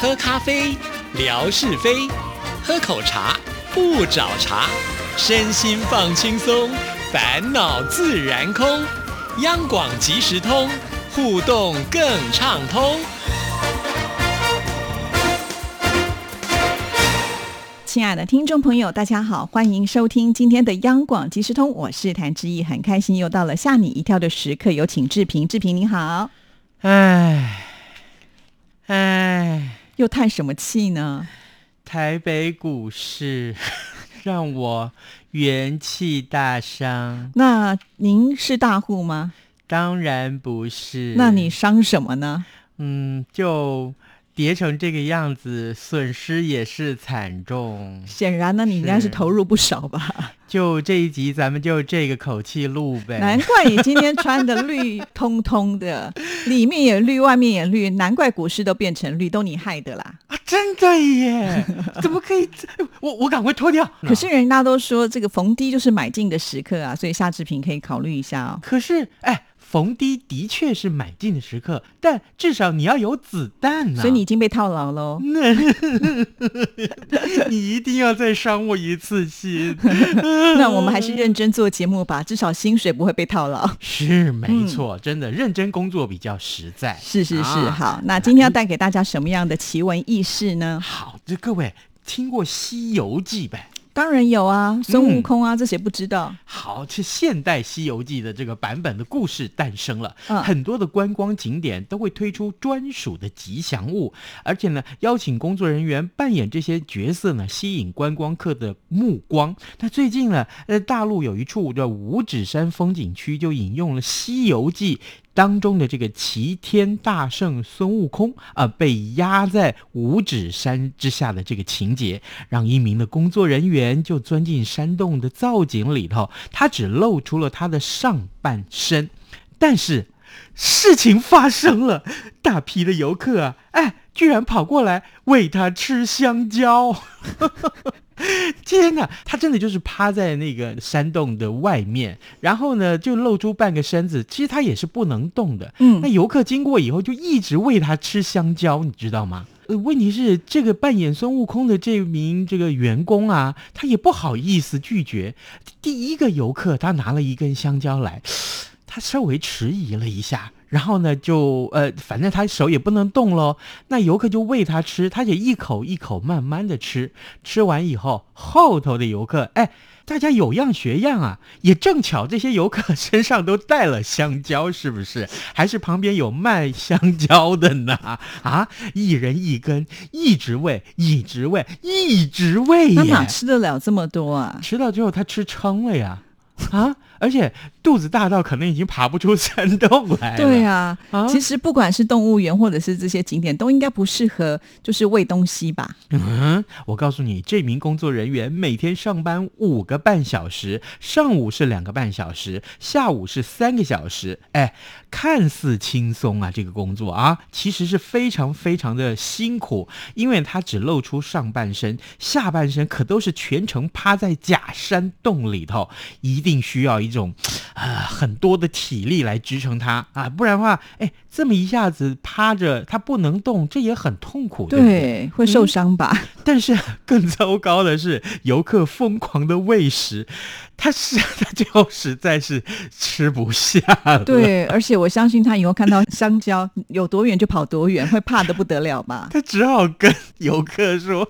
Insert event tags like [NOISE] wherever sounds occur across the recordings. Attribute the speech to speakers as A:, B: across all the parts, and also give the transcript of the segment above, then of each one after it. A: 喝咖啡，聊是非；喝口茶，不找茬。身心放轻松，烦恼自然空。央广即时通，互动更畅通。
B: 亲爱的听众朋友，大家好，欢迎收听今天的央广即时通，我是谭志毅，很开心又到了吓你一跳的时刻，有请志平，志平你好，
C: 唉，唉，
B: 又叹什么气呢？
C: 台北股市让我元气大伤。
B: 那您是大户吗？
C: 当然不是，
B: 那你伤什么呢？
C: 嗯，就跌成这个样子，损失也是惨重。
B: 显然呢，你应该是
C: 是
B: 投入不少吧？
C: 就这一集，咱们就这个口气录呗
B: 难。怪你今天穿的绿通通的，里面也绿，外面也绿，难怪股市都变成绿，都你害的啦。
C: 啊，真的耶！怎么可以这？我我赶快脱掉。
B: 可是人家都说这个逢低就是买进的时刻啊，所以夏志平可以考虑一下哦。
C: 可是，哎，逢低的确是买进的时刻，但至少你要有子弹呢、
B: 所以你已经被套牢喽。
C: 那你一定要再伤我一次心，
B: [LAUGHS] 那我们还是认真做节目 [LAUGHS] 吧，至少薪水不会被套牢。
C: [LAUGHS] 是没错，真的认真工作比较实在。
B: 是是是，
C: 啊
B: 好，那今天要带给大家什么样的奇闻异事呢？
C: 好，这各位听过《西游记》呗？
B: 当然有啊，
C: 嗯
B: 孙悟空啊，这谁不知道？
C: 好，是现代《西游记》的这个版本的故事诞生了。
B: 嗯
C: 很多的观光景点都会推出专属的吉祥物，而且呢，邀请工作人员扮演这些角色呢，吸引观光客的目光。那最近呢，呃，大陆有一处的五指山风景区就引用了《西游记》。当中的这个齐天大圣孙悟空啊、被压在五指山之下的这个情节，让一名的工作人员就钻进山洞的造景里头，他只露出了他的上半身，但是事情发生了，大批的游客啊，哎，居然跑过来喂他吃香蕉。 [LAUGHS] 天哪，他真的就是趴在那个山洞的外面，然后呢就露出半个身子，其实他也是不能动的。那
B: 嗯，
C: 游客经过以后就一直喂他吃香蕉，你知道吗？呃，问题是这个扮演孙悟空的这名这个员工啊，他也不好意思拒绝。第一个游客他拿了一根香蕉来，他稍微迟疑了一下，然后呢就呃，反正他手也不能动喽。那游客就喂他吃，他也一口一口慢慢的吃。吃完以后，后头的游客，哎，大家有样学样啊，也正巧这些游客 [LAUGHS] 身上都带了香蕉，是不是？还是旁边有卖香蕉的呢？啊，一人一根，一直喂，一直喂，一直喂耶
B: 那哪吃得了这么多啊？
C: 吃到最后他吃撑了呀，啊，而且肚子大到可能已经爬不出山洞来了。
B: 对啊，
C: 啊
B: 其实不管是动物园或者是这些景点，都应该不适合就是喂东西吧？
C: 嗯，我告诉你，这名工作人员每天上班五个半小时，上午是两个半小时，下午是三个小时。哎，看似轻松啊，这个工作啊，其实是非常非常的辛苦，因为他只露出上半身，下半身可都是全程趴在假山洞里头，一定需要一种啊、很多的体力来支撑他啊，不然的话，哎，这么一下子趴着，他不能动，这也很痛苦，对不嗯对？
B: 对，会受伤吧？
C: 但是更糟糕的是，游客疯狂的喂食，他是他最后实在是吃不下了。，
B: 对，而且我相信他以后看到香蕉有多远就跑多远，会怕得不得了吧？
C: 他只好跟游客说：“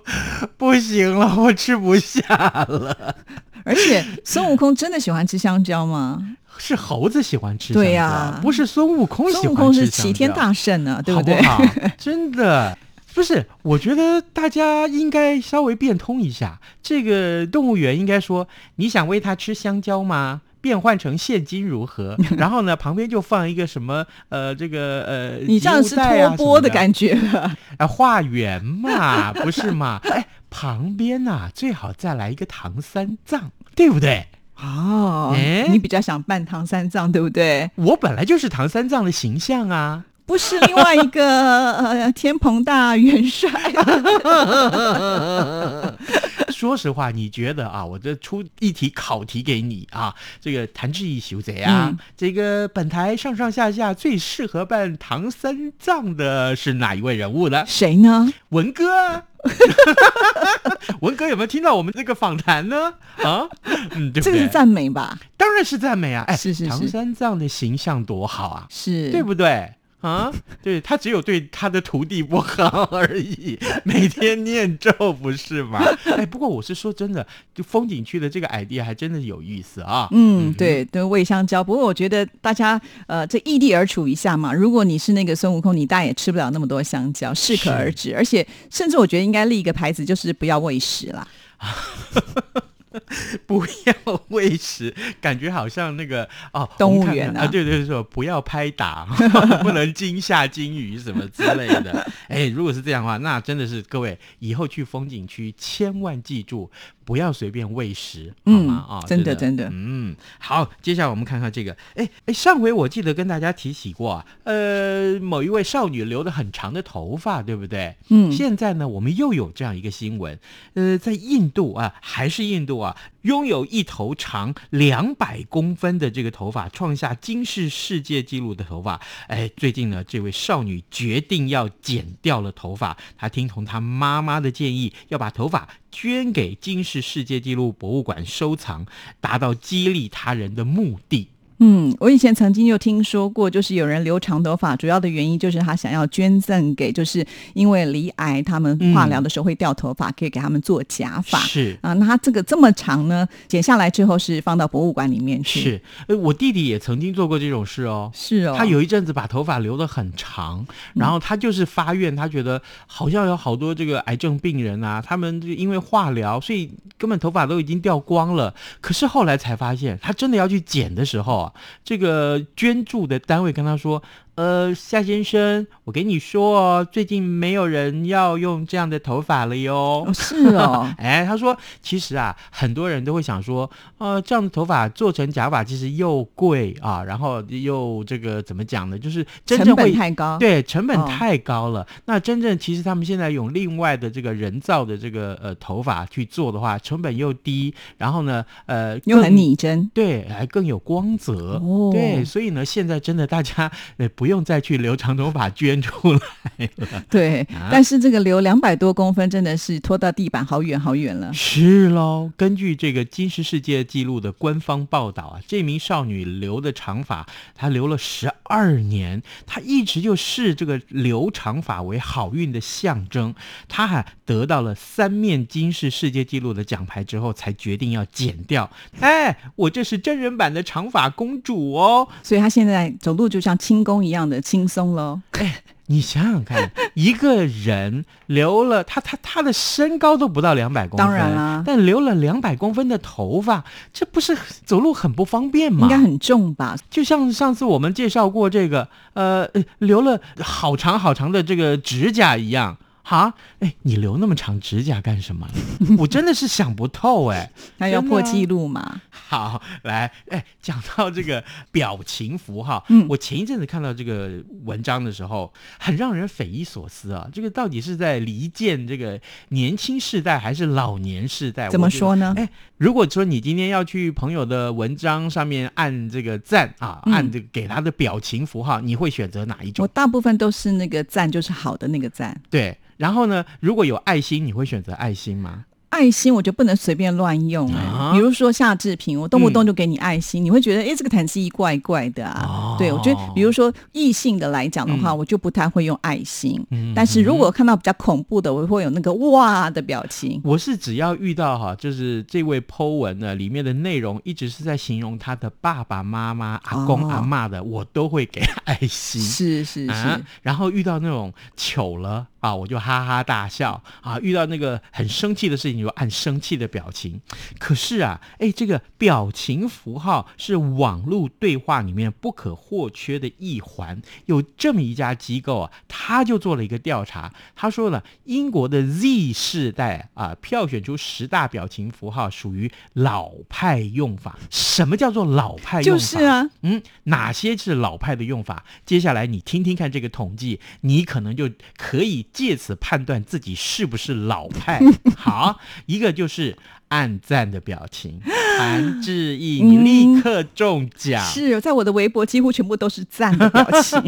C: 不行了，我吃不下了。
B: 而且孙悟空真的喜欢吃香蕉吗？”
C: 是猴子喜欢吃香蕉，
B: 对呀
C: 不是孙悟空喜欢
B: 孙
C: 吃
B: 悟空是
C: 香蕉
B: 齐天大圣呢、对
C: 好
B: 对？
C: 好？
B: [LAUGHS]
C: 真的。不是，我觉得大家应该稍微变通一下。这个动物园应该说，你想喂它吃香蕉吗？变换成现金
B: [LAUGHS]
C: 如何？然后呢，旁边就放一个什么呃，这个呃，
B: 你这样是脱钵啊的
C: 觉
B: 感觉了。
C: 啊、化缘嘛，不是嘛？哎，旁边呐、最好再来一个唐三藏，对不对？
B: [LAUGHS] 哦
C: 哎
B: 你比较想扮唐三藏，对不对？
C: 我本来就是唐三藏的形象啊。
B: 不是另外一 [LAUGHS] 啊个呃天蓬大元帅，
C: [LAUGHS] 说实话，你觉得啊，我这出一题考题给你啊，这个谭志毅修贼啊，
B: 嗯
C: 这个本台上上下下最适合扮唐三藏的是哪一位人物呢？
B: [LAUGHS] 谁呢？
C: 文哥 [LAUGHS] 啊，文哥有没有听到我们这个访谈呢？啊，嗯，对
B: [LAUGHS] 这
C: 不
B: 个是
C: 对？
B: 赞美吧？
C: 当然是赞美啊！哎，
B: 是是是
C: 唐三藏的形象多好啊！
B: 是，
C: 对不对？啊， [LAUGHS] 对他只有对他的徒弟不好 [LAUGHS] 而已，每天念咒不是吗？ [LAUGHS] 哎，不过我是说真的，就风景区的这个 idea 还真的有意思啊。
B: 嗯，对对，味相交。不过我觉得大家呃，这异地而处一下嘛。如果你是那个孙悟空，你大也吃不了那么多香蕉，适可而止。而且，甚至我觉得应该立一个牌子，就是不要喂食啦。
C: 不要喂食，感觉好像那个哦，
B: 动物
C: 我们看
B: 园
C: 看
B: 啊
C: 啊，对对对，说不要拍打， [LAUGHS] 不能惊吓金鱼什么之类的。 [LAUGHS] 哎，如果是这样的话，那真的是各位以后去风景区千万记住，不要随便喂食，好
B: 嗯
C: 吗？啊、
B: 真的真的
C: 嗯，好，接下来我们看看这个，哎哎，上回我记得跟大家提起过啊，呃，某一位少女留了很长的头发，对不对？
B: 嗯
C: 现在呢，我们又有这样一个新闻，呃，在印度啊，还是印度啊，拥有一头长两百公分的这个头发，创下今世世界纪录的头发。哎，最近呢，这位少女决定要剪掉了头发，她听从她妈妈的建议，要把头发捐给今世世界纪录博物馆收藏，达到激励他人的目的。
B: 嗯，我以前曾经就听说过，就是有人留长头发，主要的原因就是他想要捐赠给，就是因为离癌，他们化疗的时候会掉头发，可以给他们做假发。
C: 是。
B: 啊，那他这个这么长呢，剪下来之后是放到博物馆里面去。
C: 是，呃，我弟弟也曾经做过这种事哦。
B: 是哦，嗯
C: 他有一阵子把头发留得很长，然后他就是发愿，他觉得好像有好多这个癌症病人啊，他们就因为化疗，所以根本头发都已经掉光了。可是后来才发现，他真的要去剪的时候啊，这个捐助的单位跟他说。呃，夏先生，我跟你说哦，最近没有人要用这样的头发了哟。
B: 哦是哦，
C: 哎，他说，其实啊，很多人都会想说，呃，这样的头发做成假发其实又贵啊，然后又这个怎么讲呢？就是 [LAUGHS] 真
B: 成
C: 正
B: 本
C: 会。
B: 太高。
C: 对，成本
B: 哦
C: 太高了。那真正其实他们现在用另外的这个人造的这个呃头发去做的话，成本又低，然后呢，呃，
B: 又很
C: 更
B: 拟真。
C: 对，还更有光泽。
B: 哦
C: 对，所以呢，现在真的大家 [LAUGHS] 呃不用再去留长头发 [LAUGHS] 捐出来。嗯
B: 对，
C: 啊
B: 但是这个留两百多公分真的是拖到地板好远好远了。
C: 是喽，根据这个金氏世界纪录的官方报道啊，这名少女留的长发，她留了十二年，她一直就视这个留长发为好运的象征。她还得到了三面金氏世界纪录的奖牌之后，才决定要剪掉。哎，我这是真人版的长发公主哦！
B: 所以他现在走路就像轻功一样的轻松喽。
C: 你想想看，一个人留了他他他的身高都不到两百公分，
B: 当然啦
C: 但留了两百公分的头发，这不是走路很不方便吗？
B: 应该很重吧？
C: 就像上次我们介绍过这个，呃，呃留了好长好长的这个指甲一样。哈，哎，你留那么长指甲干什么？我真的是想不透哎、
B: 他要
C: 真的
B: 破
C: 啊
B: 纪录嘛？
C: 好，来，哎，讲到这个表情符号，
B: 嗯
C: 我前一阵子看到这个文章的时候，很让人匪夷所思啊！这个到底是在离间这个年轻世代还是老年世代？
B: 怎么
C: 我觉得
B: 说呢？
C: 哎，如果说你今天要去朋友的文章上面按这个赞啊，
B: 嗯
C: 按这个给他的表情符号，你会选择哪一
B: 我
C: 种？
B: 大部分都是那个赞，就是好的那个赞。
C: 对，然后呢，如果有爱心，你会选择爱心吗？
B: 爱心我就不能随便乱用、哎
C: 啊嗯
B: 比如说夏志平，我动不动就给你爱心，你会觉得哎、这个谭志毅怪怪的啊。
C: 哦
B: 对我觉得，比如说异性的来讲的话，我就不太会用爱心。
C: 嗯
B: 但是如果看到比较恐怖的，我会有那个哇的表情。
C: 我是只要遇到哈，就是这位 Po 文呢，里面的内容一直是在形容他的爸爸妈妈、阿公、
B: 哦
C: 阿嬷的，我都会给他爱心。
B: 是是是，
C: 嗯啊，然后遇到那种糗了啊，我就哈哈大笑啊；遇到那个很生气的事情，就按生气的表情。可是啊，哎，这个表情符号是网络对话里面不可或缺的一环。有这么一家机构啊，他就做了一个调查，他说了，英国的 Z 世代啊，票选出十大表情符号属于老派用法。什么叫做老派用
B: 就
C: 法？
B: 是啊，
C: 嗯，哪些是老派的用法？接下来你听听看这个统计，你可能就可以借此判断自己是不是老派。好，一个就是暗赞的表情，韩志毅，你立刻中奖。
B: 是在我的微博几乎全部都是赞的表情，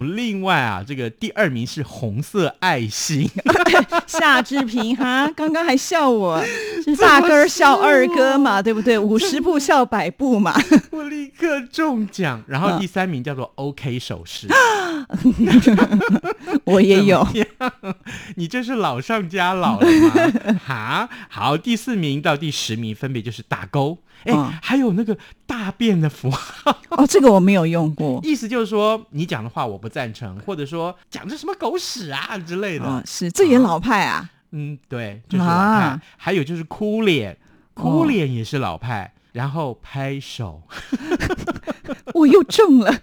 C: 另外啊，这个第二名是红色爱心， [LAUGHS]
B: [LAUGHS] 夏志平哈，刚刚还笑我是大哥笑二哥嘛，对不对？五十步笑百步
C: [LAUGHS]
B: 嘛，
C: 我立刻中奖。然后第三名叫做 OK 手势，
B: 我也有。
C: [LAUGHS] 你这是老上加老了吗？ [LAUGHS] 哈，好，第四名到第十名分别就是打勾，哎、
B: 嗯
C: 还有那个大便的符号，
B: 哦，这个我没有用
C: [LAUGHS]
B: 过。
C: 意思就是说你讲的话我不赞成，或者说讲这什么狗屎啊之类的。
B: 啊，是这也老派啊，
C: 嗯，对，就是老派。
B: 啊
C: 还有就是哭脸，
B: 哦
C: 哭脸也是老派。然后拍手， [LAUGHS] 啊
B: 我又中了。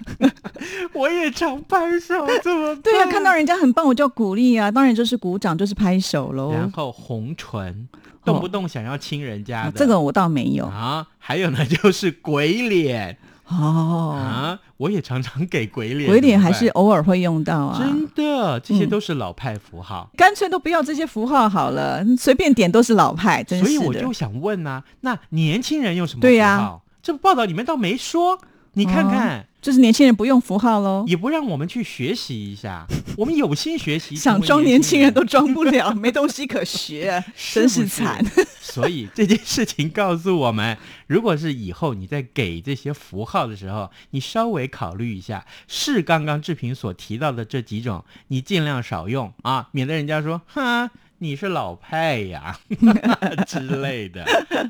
C: 我也常拍手，怎么办？
B: [LAUGHS] 对啊，看到人家很棒，我就要鼓励啊，当然就是鼓掌，就是拍手哦喽。
C: 然后红唇，动不动想要亲人家的。
B: 啊这个我倒没有
C: 啊，还有呢，就是鬼脸
B: 哦，
C: 啊，我也常常给鬼脸，
B: 鬼脸还是
C: 怎
B: 偶尔会用到
C: 么
B: 啊
C: 办。真的，这些
B: 嗯
C: 都是老派符号。
B: 干脆都不要这些符号好了，嗯随便点都是老派，真
C: 所以
B: 是
C: 我
B: 的
C: 就。想问呢、那年轻人用什么
B: 对
C: 符
B: 呀
C: 号？这报道里面倒没说，你看看，
B: 就是年轻人不用符号喽，
C: 也不让我们去学习一下，我们有心学习，
B: 想
C: 成为
B: 装年轻人
C: 人
B: 都装不了，没东西可学，
C: [LAUGHS] 是
B: 真
C: 不
B: 是
C: 是
B: 惨。
C: [LAUGHS] 所以这件事情告诉我们，如果是以后你在给这些符号的时候，你稍微考虑一下，是刚刚志平所提到的这几种，你尽量少用啊，免得人家说哈。你是老派呀 [LAUGHS] 之类的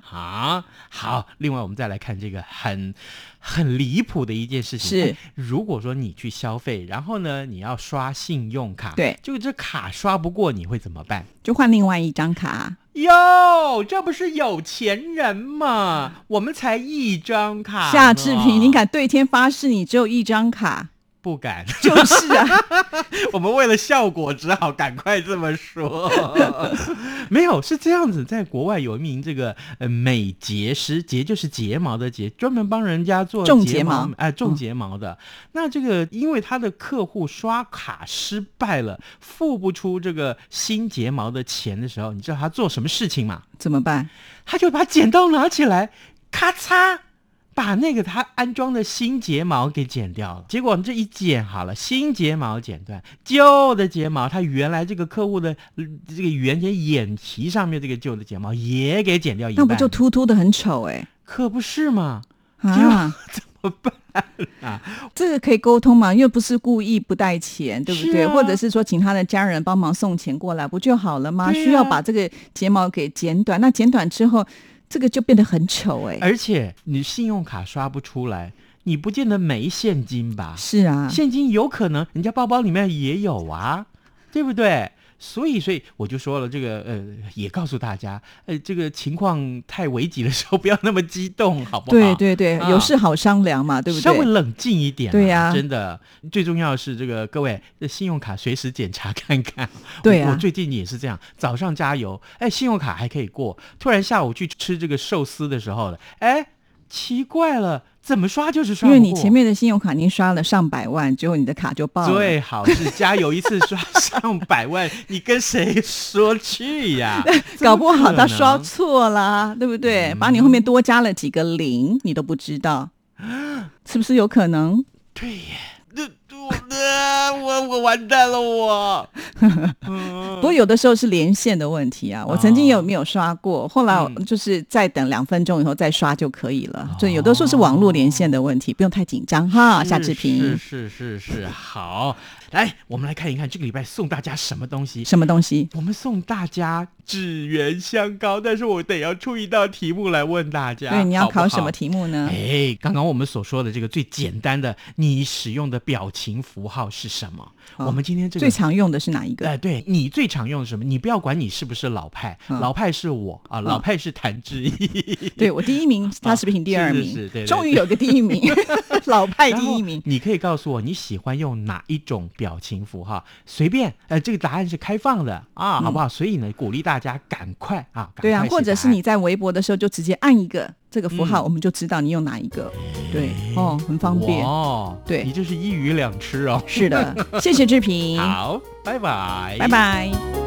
C: 啊，好。另外，我们再来看这个很很离谱的一件事情。
B: 是
C: 哎如果说你去消费，然后呢，你要刷信用卡，
B: 对，
C: 就这卡刷不过，你会怎么办？
B: 就换另外一张卡，
C: 哟，这不是有钱人吗？我们才一张卡。
B: 夏志平，你？敢对天发誓你只有一张卡？ [LAUGHS]
C: 不敢？ [LAUGHS]
B: 就是啊，
C: 我们为了效果，只好赶快这么说。 [LAUGHS] 没有，是这样子，在国外有一名这个呃美睫师，睫就是睫毛的睫，专门帮人家做
B: 种
C: 睫
B: 睫毛嗯
C: 哎，种睫毛的。那这个因为他的客户刷卡失败了，付不出这个新睫毛的钱的时候，你知道他做什么事情吗？
B: 怎么办？
C: 他就把剪刀拿起来，咔嚓，把那个他安装的新睫毛给剪掉了。结果这一剪好了，新睫毛剪断，旧的睫毛，他原来这个客户的呃这个原先眼皮上面这个旧的睫毛也给剪掉一
B: 那
C: 半，
B: 不就秃秃的很丑
C: [LAUGHS]
B: 哎、
C: 可不是嘛？ [LAUGHS]
B: 啊，
C: 么
B: 办啊？ [LAUGHS] 这个可以沟通嘛，因为不是故意不带钱，对不对？
C: 是啊
B: 或者是说请他的家人帮忙送钱过来，不就好了吗？
C: 对啊
B: 需要把这个睫毛给剪短，那剪短之后，这个就变得很丑哎、
C: 而且你信用卡刷不出来，你不见得没现金吧？
B: 是啊，
C: 现金有可能人家包包里面也有啊，对不对？所以，所以我就说了，这个呃，也告诉大家，呃，这个情况太危急的时候，不要那么激动，好不好？
B: 对对对，
C: 啊
B: 有事好商量嘛，对不
C: 稍微
B: 对？
C: 冷静一点啊、
B: 对呀
C: 真的，最重要的是这个各位，这信用卡随时检查看看。
B: 对
C: 我
B: 啊
C: 我最近也是这样，早上加油，哎，信用卡还可以过，突然下午去吃这个寿司的时候了，哎，奇怪了，怎么刷就是刷
B: 因
C: 不过。
B: 为你前面的信用卡您刷了上百万，结果你的卡就爆了。
C: 最好是加油一次刷上百万，你跟谁说去呀？
B: [LAUGHS] 搞不好他刷
C: 怎么可能
B: 错啦，对不对？把你后面多加了几个零，你都不知
C: [GASPS]
B: 道，是不是有可能？
C: 对耶，这我呃我我完蛋了我。
B: 不过有的时候是连线的问题啊，我曾经
C: 嗯哦
B: 有没有刷过，后来我
C: 嗯哦
B: 就是再等两分钟以后再刷就可以了。所以有的时候是网络连线的问题，不用太紧张哈。夏志
C: 是
B: 平，
C: 是是是，好，来，我们来看一看这个礼拜送大家什么东西。
B: 什么东西？
C: 我们送大家纸鸢香膏，但是我得要出一道题目来问大家。
B: 对，你要
C: 好不
B: 考什
C: 好
B: 么题目呢？
C: 哎，刚刚我们所说的这个最简单的，你使用的表情符号是什么？
B: 哦
C: 我们今天这个
B: 最常用的是哪一个？
C: 哎，对你最常用的是什么？你不要管你是不是老派，
B: 嗯
C: 老派是我啊，老派是谭志
B: [LAUGHS]
C: 毅。
B: 对我第一名，他是不是你第二
C: 是是是对
B: 名？
C: 对 [LAUGHS]
B: 终于有个第一名，老派
C: 然
B: 第
C: 后
B: 一名。
C: 你可以告诉我你喜欢用哪一种表情符号，随便，呃，这个答案是开放的啊，好不好？所以呢，鼓励大家赶快啊，赶
B: 嗯对啊
C: 快，写
B: 或者是
C: 答案
B: 你在微博的时候就直接按一个这个符号，
C: 嗯
B: 我们就知道你用哪一个。对，哦，很方便。
C: 哦，
B: 对
C: 你这是一鱼两吃哦。
B: 是的，谢谢志平，
C: 好，拜拜，
B: 拜。拜。